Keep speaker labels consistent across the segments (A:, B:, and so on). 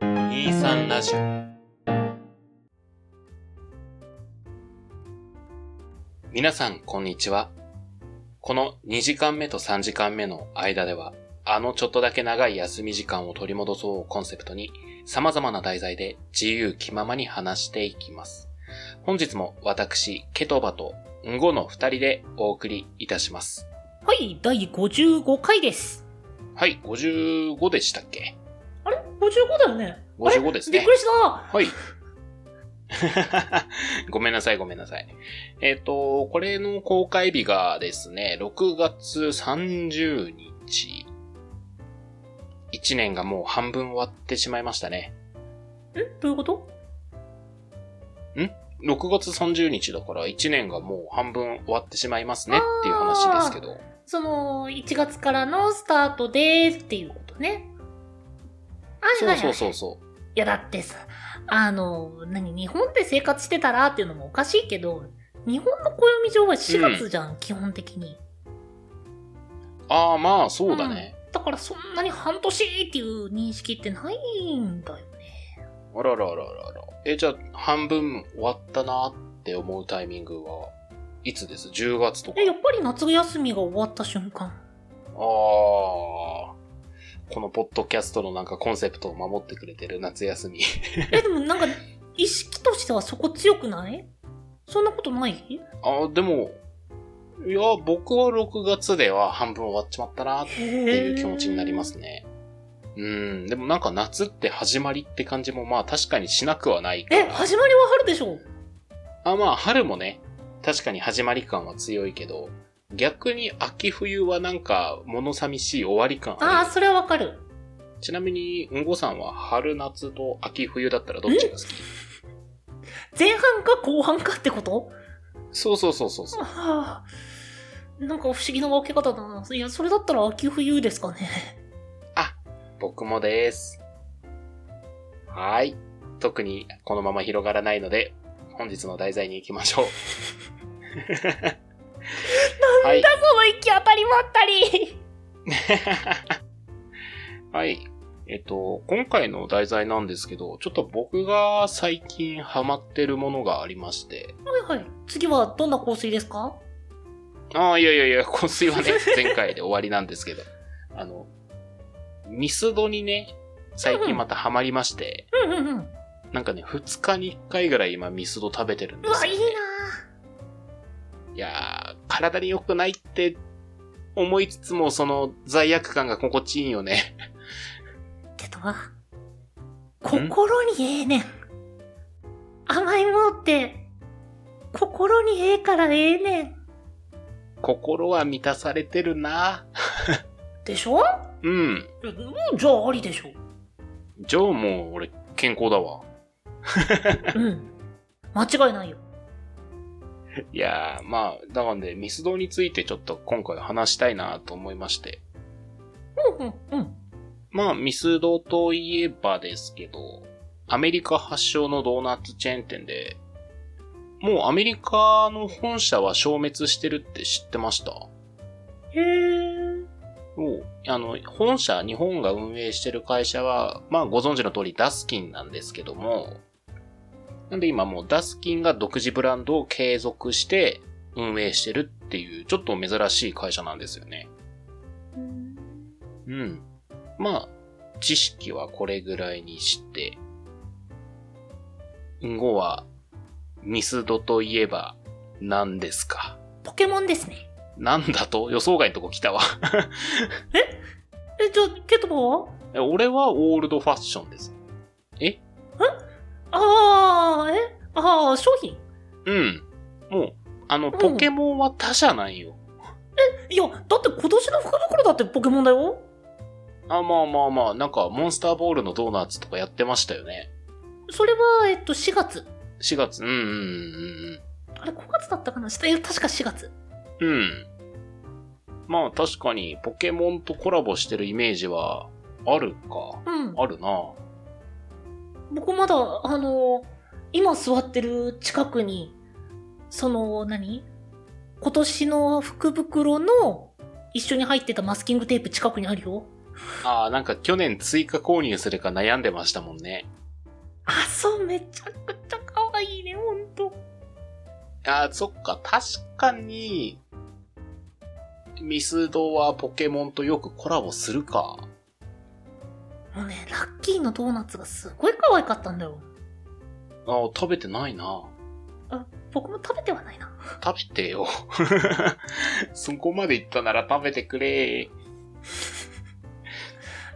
A: 23ラジオ皆さんこんにちはこの2時間目と3時間目の間ではあのちょっとだけ長い休み時間を取り戻そうをコンセプトに様々な題材で自由気ままに話していきます本日も私ケトバとンゴの2人でお送りいたします
B: はい、第55回です。
A: はい55でしたっけ
B: あれ ?55 だよねあれ
A: 55です
B: びっ
A: ね
B: くりした
A: はい。 ごめんなさい、ごめんなさい。えっ、と、これの公開日がですね、6月30日。1年がもう半分終わってしまいましたね。
B: んどういうこと
A: 6月30日だから1年がもう半分終わってしまいますねっていう話ですけど。
B: その、1月からのスタートでーっていうことね。はい
A: そ
B: は
A: う
B: い
A: そう
B: はい。
A: そうそ
B: いやだってさ、あの、何、日本で生活してたらっていうのもおかしいけど、日本の暦上は4月じゃん、基本的に。
A: う。ああ、まあそうだね。
B: だからそんなに半年っていう認識ってないんだよね。
A: あららららら。え、じゃあ半分終わったなって思うタイミングはいつです ?10 月とか
B: え。やっぱり夏休みが終わった瞬間。
A: ああ。このポッドキャストのなんかコンセプトを守ってくれてる夏休み。
B: え、でもなんか、意識としてはそこ強くないそんなことない
A: ああ、でも、いや、僕は6月では半分終わっちまったなって
B: へ
A: いう気持ちになりま。すね。うん、でもなんか夏って始まりって感じもまあ確かにしなくはないか
B: え、
A: ら。
B: 始まりは春でしょ
A: あまあ春もね、確かに始まり感は強いけど、逆に秋冬はなんか物寂しい終わり感
B: あ
A: あ
B: あ、
A: る。
B: それはわかる。
A: ちなみに、うんごさんは春夏と秋冬だったらどっちが好き
B: 前半か後半かってこと
A: そうそうそうそうそう。
B: ああ、なんか不思議な分け方だな。いや、それだったら秋冬ですかね。
A: 僕もです。はーい。特にこのまま広がらないので、本日の題材に行きましょう。はい。
B: その行き当たりばったり
A: はい。えっと、今回の題材なんですけど、ちょっと僕が最近ハマってるものがありまして。
B: はいはい。次はどんな香水ですか
A: ああ、いやいやいや、香水 はね、前回で終わりなんですけど。あの、ミスドにね、最近またハマりまして、
B: うんうんうん。
A: なんかね、2日に1回ぐらい今ミスド食べてるんで
B: う
A: すよ、
B: わ、
A: ね。
B: いい
A: いやー、体に良くないって思いつつも、その罪悪感が心地いいよね。
B: なってとは、心にええねん。甘いもんって、心にええからええねん。
A: 心は満たされてるな。
B: でしょ
A: うん。
B: うんじゃあありでしょ。
A: じゃあもう俺健康だわ。
B: うん。間違いないよ。
A: いやー、まあ、だからね、ミスドについてちょっと今回話したいなと思いまして。
B: うんうんうん。
A: まあ、ミスドといえばですけど、アメリカ発祥のドーナツチェーン店で、もうアメリカの本社は消滅してるって知ってました
B: へえ。
A: を、あの、本社、日本が運営してる会社は、まあご存知の通りダスキンなんですけども、なんで今もうダスキンが独自ブランドを継続して運営してるっていう、ちょっと珍しい会社なんですよね。うん。まあ、知識はこれぐらいにして、後は、ミスドといえば、何ですか
B: ポケモンですね。
A: なんだと予想外のとこ来たわ。
B: え、じゃあ、ケトバは
A: え俺はオールドファッションです。
B: ああ、えああ、商品
A: うん。もう、あの、
B: ん
A: ポケモンは他社なんよ。
B: いや、だって今年の福袋だってポケモンだよ。
A: あ、まあまあまあ、なんか、モンスターボールのドーナツとかやってましたよね。
B: それは、えっと、4月。
A: 4月、うんうん
B: あれ、5月だったかなえ、確か4月。
A: うんうん。うん。まあ確かに、ポケモンとコラボしてるイメージは、あるか。
B: うん。
A: あるな。
B: 僕まだ、あの、今座ってる近くに、その、何今年の福袋の一緒に入ってたマスキングテープ近くにあるよ。
A: ああ、なんか去年追加購入するか悩んでましたもんね。
B: あ、そう、めちゃくちゃ可愛いね、ほんと。
A: あー、そっか、確かに、ミスドはポケモンとよくコラボするか。
B: もうね、ラッキーのドーナツがすごい可愛かったんだよ。
A: あー食べてないな。
B: あ、僕も食べてはないな。
A: 食べて よ。そこまで言ったなら食べてくれ。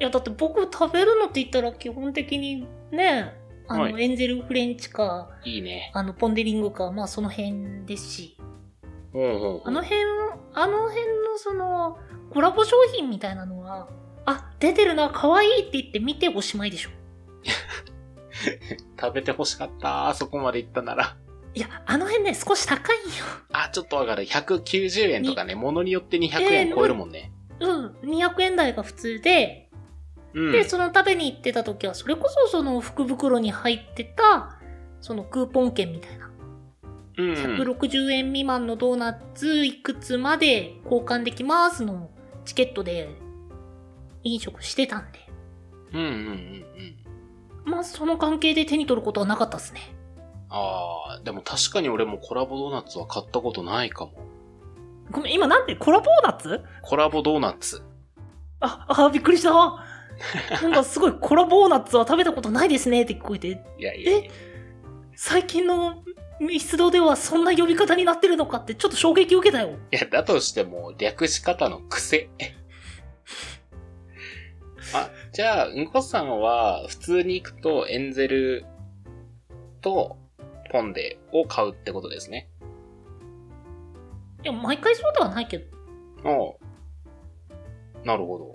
B: いや、だって僕食べるのって言ったら基本的にね、あの、
A: は
B: エンゼルフレンチか、
A: いいね。
B: あの、ポンデリングか、まあその辺ですし、
A: うんうんうん。
B: あの辺、あの辺のその、コラボ商品みたいなのは、あ、出てるな、可愛いって言って見ておしまいでしょ。
A: 食べて欲しかった。そこまで言ったなら。
B: いや、あの辺ね、少し高いんよ。
A: あ、ちょっとわかる。190円とかね、ものによって200円超えるもんね。
B: うん、200円台が普通で、
A: うん。
B: で、その食べに行ってた時は、それこそその福袋に入ってた、そのクーポン券みたいな。
A: うんうん。
B: 160円未満のドーナツいくつまで交換できますのチケットで飲食してたんで。
A: うんうんうんうん。
B: まあ、その関係で手に取ることはなかったっすね。
A: ああ、でも確かに俺もコラボドーナツは買ったことないかも。
B: ごめん、今なんてコラボーナツ
A: コラボドーナツ。
B: あ、あ、びっくりした。なんかすごいコラボーナツは食べたことないですねって聞こえて、
A: いやいやいや
B: 最近の密室堂ではそんな呼び方になってるのかってちょっと衝撃受けたよ。
A: いや、だとしても、略し方の癖。 あ、じゃあ、うんこさんは、普通に行くと、エンゼルと、ポンデを買うってことですね。
B: いや、毎回そうではないけど。
A: おうなるほど。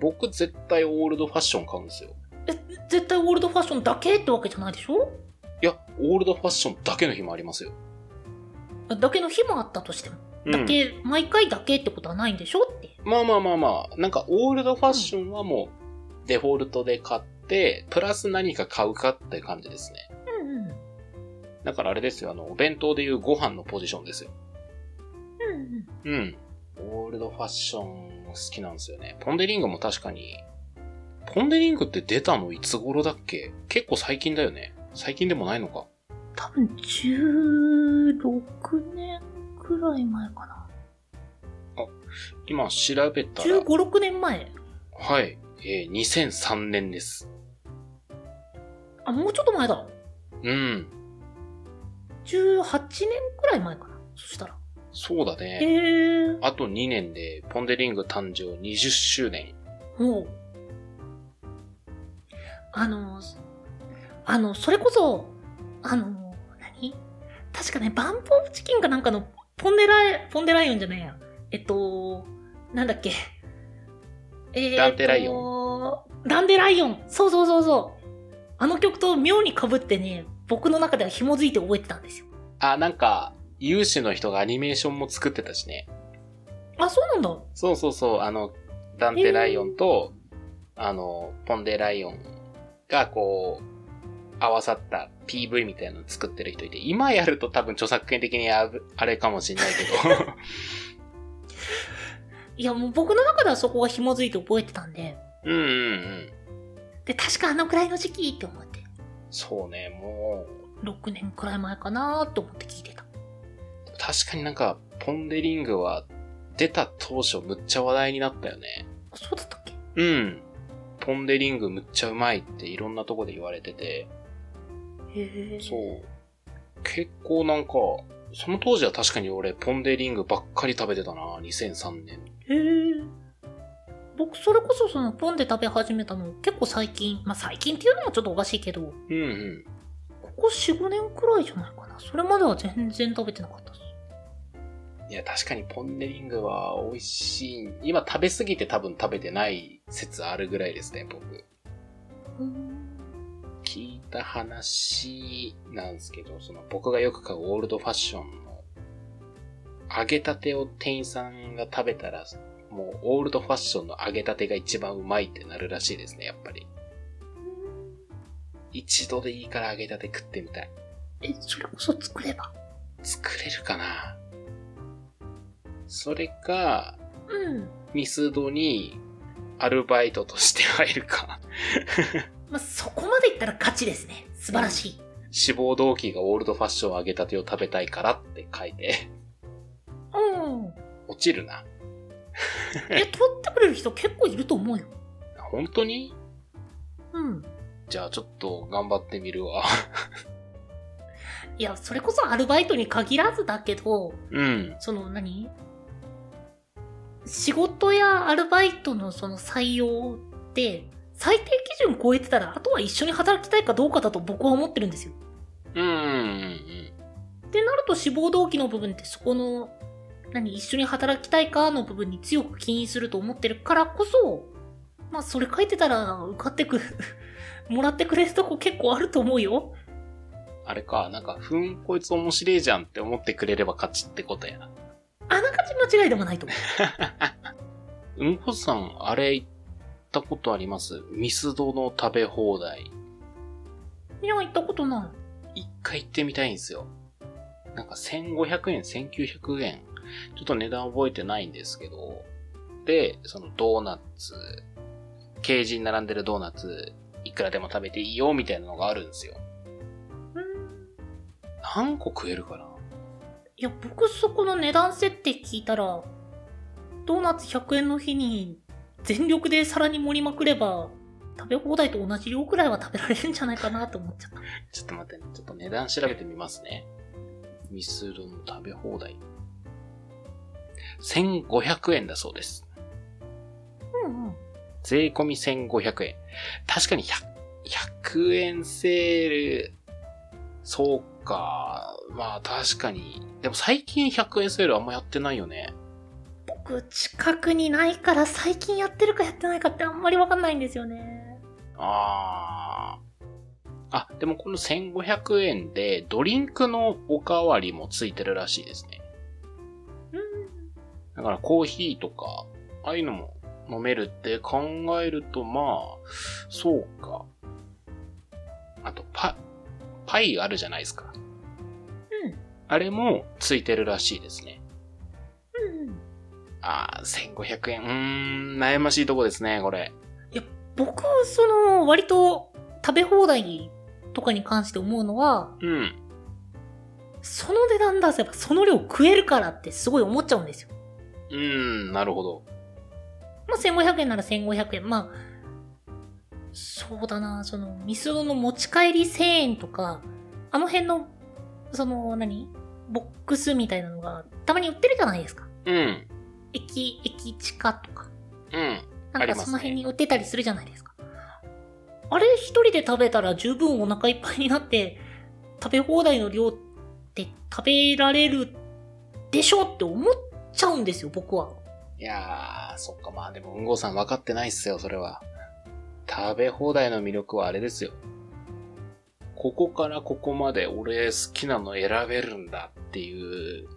A: 僕、絶対オールドファッション買うんですよ。
B: え、絶対オールドファッションだけってわけじゃないでしょ
A: いや、オールドファッションだけの日もありますよ。
B: だけの日もあったとしても。
A: うん
B: だけ、毎回だけってことはないんでしょって。
A: まあまあまあまあ、なんかオールドファッションはもうデフォルトで買って、プラス何か買うかって感じですね。
B: うんうん。
A: だからあれですよ、あの、お弁当でいうご飯のポジションですよ。
B: うんう
A: う
B: ん。
A: ん。オールドファッション好きなんですよね。ポンデリングも確かに、ポンデリングって出たのいつ頃だっけ結構最近だよね。最近でもないのか。
B: 多分16年くらい前かな。
A: 今調べたら
B: 15、、6年前
A: はい、えー、2003年です。
B: あ、もうちょっと前だ。
A: うん。
B: 18年くらい前かな。そしたら。
A: そうだね。
B: へえー。
A: あと2年で、ポンデリング誕生20周年。
B: もう。あの、あの、それこそ、あの、何確かね、バンプオブチキンかなんかの、ポンデライ、ポンデライオンじゃないや。えっと、なんだっけ。えーっと
A: ダンテライ
B: ダンデライオン。そうそうそうそう。あの曲と妙に被ってね、僕の中では紐づいて覚えてたんですよ。
A: あ、なんか、有志の人がアニメーションも作ってたしね。
B: あ、そうなんだ。
A: そうそうそう、あの、ダンテライオンと、あの、ポンデライオンがこう、合わさった PV みたいなの作ってる人いて、今やると多分著作権的にあぶあれかもしんないけど。
B: いや、もう僕の中ではそこが紐づいて覚えてたんで。
A: うんうんうん。
B: で、確かあのくらいの時期って思って。
A: そうね、も
B: 6年くらい前かなーって思って聞いてた。
A: う、確かになんか、ポンデリングは出た当初むっちゃ話題になったよね。
B: そうだったっけ
A: うん。ポンデリングむっちゃうまいっていろんなとこで言われてて。
B: へえ。
A: そう。結構なんか、その当時は確かに俺、ポンデリングばっかり食べてたな、2003年。
B: へえ。僕、それこそその、ポンで食べ始めたの結構最近。まあ、最近っていうのもちょっとおかしいけど、
A: うんうん。
B: ここ4、5年くらいじゃないかな。それまでは全然食べてなかったっす。
A: いや、確かにポンデリングは美味しい。今食べすぎて多分食べてない説あるぐらいですね、僕。
B: うーん。
A: 聞いた話なんですけど、その僕がよく買うオールドファッションの、揚げたてを店員さんが食べたら、もうオールドファッションの揚げたてが一番うまいってなるらしいですね、やっぱり。一度でいいから揚げたて食ってみたい。
B: え、それこそ作れば。
A: 作れるかなそれか、
B: うん。
A: ミスドにアルバイトとして入るか。
B: まあ、そこまでいったら勝ちですね。素晴らしい。
A: 志望動機がオールドファッションを上げたてを食べたいからって書いて、
B: うん。
A: 落ちるな。
B: いや、取ってくれる人結構いると思うよ。
A: 本当に
B: うん。
A: じゃあちょっと頑張ってみるわ。
B: いや、それこそアルバイトに限らずだけど、
A: うん。
B: その何、仕事やアルバイトのその採用って、最低基準超えてたら、あとは一緒に働きたいかどうかだと僕は思ってるんですよ。
A: うんうんうん。
B: ってなると志望動機の部分ってそこの、何、一緒に働きたいかの部分に強く起因すると思ってるからこそ、まあそれ書いてたら受かってく、 もらってくれるとこ結構あると思うよ。
A: あれか、なんか、ふん、こいつ面白いじゃんって思ってくれれば勝ちってことやな。
B: あながち間違いでもないと思う。
A: うんこさん、あれ行ったことありますミスドの食べ放題。
B: いや、行ったことない。
A: 一回行ってみたいんですよ。なんか1500円、1900円。ちょっと値段覚えてないんですけど。で、そのドーナツ、ケージに並んでるドーナツ、いくらでも食べていいよみたいなのがあるんですよ。
B: うん
A: 何個食えるかない
B: や、僕そこの値段設定聞いたら、ドーナツ100円の日に全力で皿に盛りまくれば、食べ放題と同じ量くらいは食べられるんじゃないかなと思っちゃった。
A: ちょっと待ってね。ちょっと値段調べてみますね。ミスドの食べ放題。1500円だそうです。
B: うんうん。
A: 税込み1500円。確かに 100, 100円セール、そうか。まあ確かに。でも最近100円セールあんまやってないよね。
B: 僕、近くにないから最近やってるかやってないかってあんまりわかんないんですよね。
A: ああ。あ、でもこの1500円でドリンクのおかわりもついてるらしいですね。
B: うん。
A: だからコーヒーとか、ああいうのも飲めるって考えると、まあ、そうか。あと、パ、パイあるじゃないですか。
B: うん。
A: あれもついてるらしいですね。
B: うんうん。
A: ああ、1500円。うーん、悩ましいとこですね、これ。
B: 僕、その、割と食べ放題とかに関して思うのは、
A: うん。
B: その値段出せばその量食えるからってすごい思っちゃうんですよ。
A: うーん、なるほど。
B: まあ、1500円なら1500円。まあ、そうだな、その、ミスドの持ち帰り1000円とか、あの辺の、その、何ボックスみたいなのが、たまに売ってるじゃないですか。
A: うん、
B: 駅、駅地下とか。
A: うん。
B: な
A: あ
B: ん
A: ります
B: か
A: ね
B: その辺に売ってたりするじゃないですか。あれ一人で食べたら十分お腹いっぱいになって、食べ放題の量って食べられるでしょって思っちゃうんですよ、僕は。
A: いやー、そっか、まあでも、うんごさん分かってないっすよ、それは。食べ放題の魅力はあれですよ。ここからここまで俺好きなの選べるんだっていう、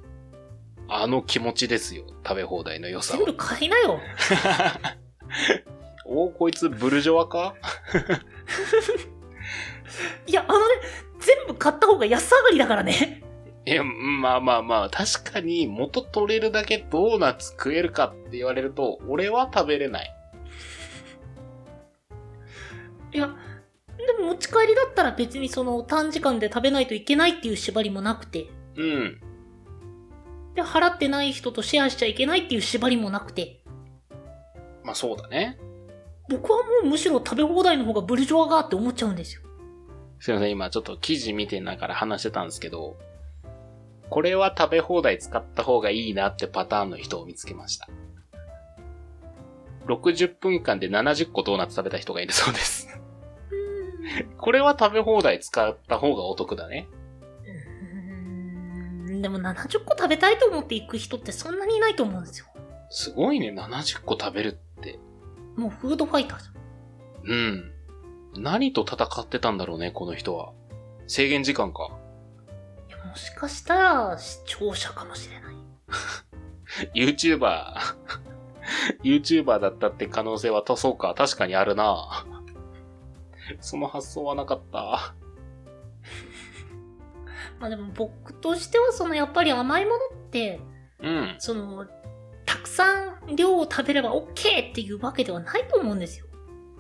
A: あの気持ちですよ、食べ放題の良さ
B: 全部買いなよ。
A: は。 おー、こいつブルジョワか
B: いや、あのね、全部買った方が安上がりだからね。
A: いや、まあまあまあ、確かに元取れるだけドーナツ食えるかって言われると、俺は食べれない。
B: いや、でも持ち帰りだったら別にその短時間で食べないといけないっていう縛りもなくて、
A: うん。
B: で、払ってない人とシェアしちゃいけないっていう縛りもなくて、
A: まあそうだね。
B: 僕はもうむしろ食べ放題の方がブルジョワがって思っちゃうんですよ。
A: すいません、今ちょっと記事見てながら話してたんですけど、これは食べ放題使った方がいいなってパターンの人を見つけました。60分間で70個ドーナツ食べた人がいるそうです。 これは食べ放題使った方がお得だね。
B: うーんでも70個食べたいと思って行く人ってそんなにいないと思うんですよ。
A: すごいね、70個食べるって。
B: もうフードファイターじゃん。
A: うん。何と戦ってたんだろうね、この人は。制限時間か。
B: いやもしかしたら視聴者かもしれない。
A: YouTuber。YouTuber だったって可能性はたそうか。確かにあるな。その発想はなかった。
B: まあでも僕としてはそのやっぱり甘いものって、
A: うん。
B: その、たくさん量を食べれば OK っていうわけではないと思うんですよ。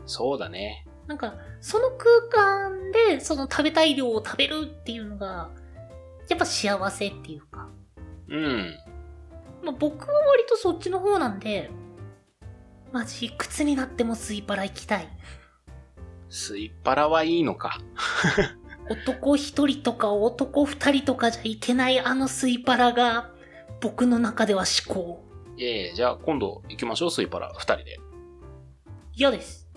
A: そうだね。
B: なんか、その空間で、その食べたい量を食べるっていうのが、やっぱ幸せっていうか。
A: うん。
B: まあ、僕は割とそっちの方なんで、マジ、いくつになってもスイパラ行きたい。
A: スイパラはいいのか。
B: 男一人とか男二人とかじゃいけないあのスイパラが、僕の中では至高。
A: ええじゃあ今度行きましょう、スイパラ。二人で。
B: 嫌です。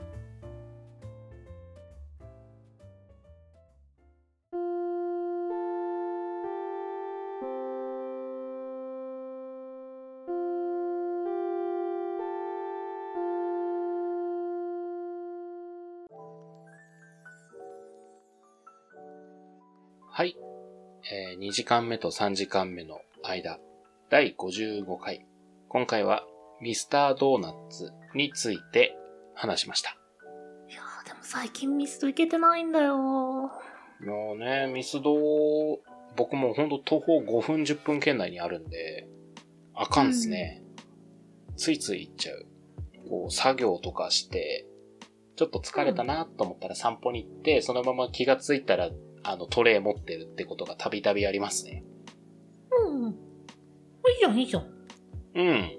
A: はい。えー、2時間目と3時間目の間、第55回。今回はミスタードーナツについて話しました。
B: いやーでも最近ミスト行けてないんだよ
A: もうね、ミスド、僕もほんと徒歩5分10分圏内にあるんで、あかんっすね。ついつい行っちゃう。こう、作業とかして、ちょっと疲れたなと思ったら散歩に行って、そのまま気がついたら、あの、トレイ持ってるってことがたびたびありますね。
B: ー。うんうん。いいじゃん、いいじゃん。
A: うん。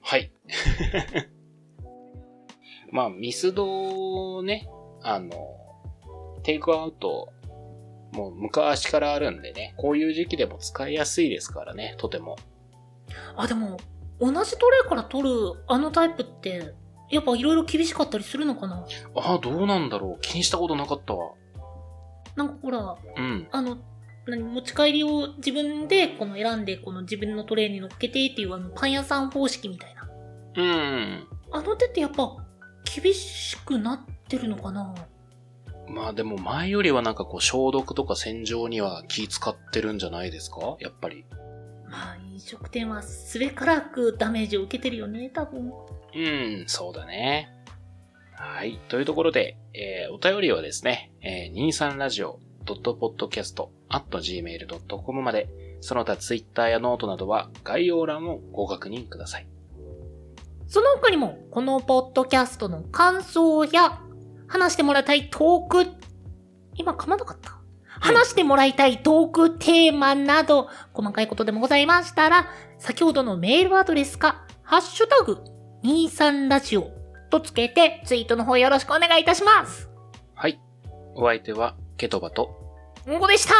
A: はい。 まあ、ミスドね、あの、テイクアウト、もう昔からあるんでね、こういう時期でも使いやすいですからね、とても。
B: あ、でも、同じトレイから取るあのタイプって、やっぱいろいろ厳しかったりするのかな
A: ああ、どうなんだろう。気にしたことなかったわ。
B: なんかほら、
A: うん。
B: あの、何持ち帰りを自分でこの選んで、この自分のトレイに乗っけてっていうあのパン屋さん方式みたいな。
A: うん。
B: あの手ってやっぱ厳しくなってるのかな
A: まあでも前よりはなんかこう消毒とか洗浄には気使ってるんじゃないですかやっぱり。
B: まあ飲食店はすべからくダメージを受けてるよね、多分。
A: うん、そうだね。はい。というところで、えーお便りはですね、えー、23radio.podcast.gmail.com まで、その他ツイッターやノートなどは概要欄をご確認ください。
B: その他にも、このポッドキャストの感想や、話してもらいたいトーク、今噛まなかった話してもらいたいトークテーマなど、細かいことでもございましたら、先ほどのメールアドレスか、ハッシュタグ、23ラジオとつけて、ツイートの方よろしくお願いいたします。
A: はい。お相手は、ケトバと、
B: もこでした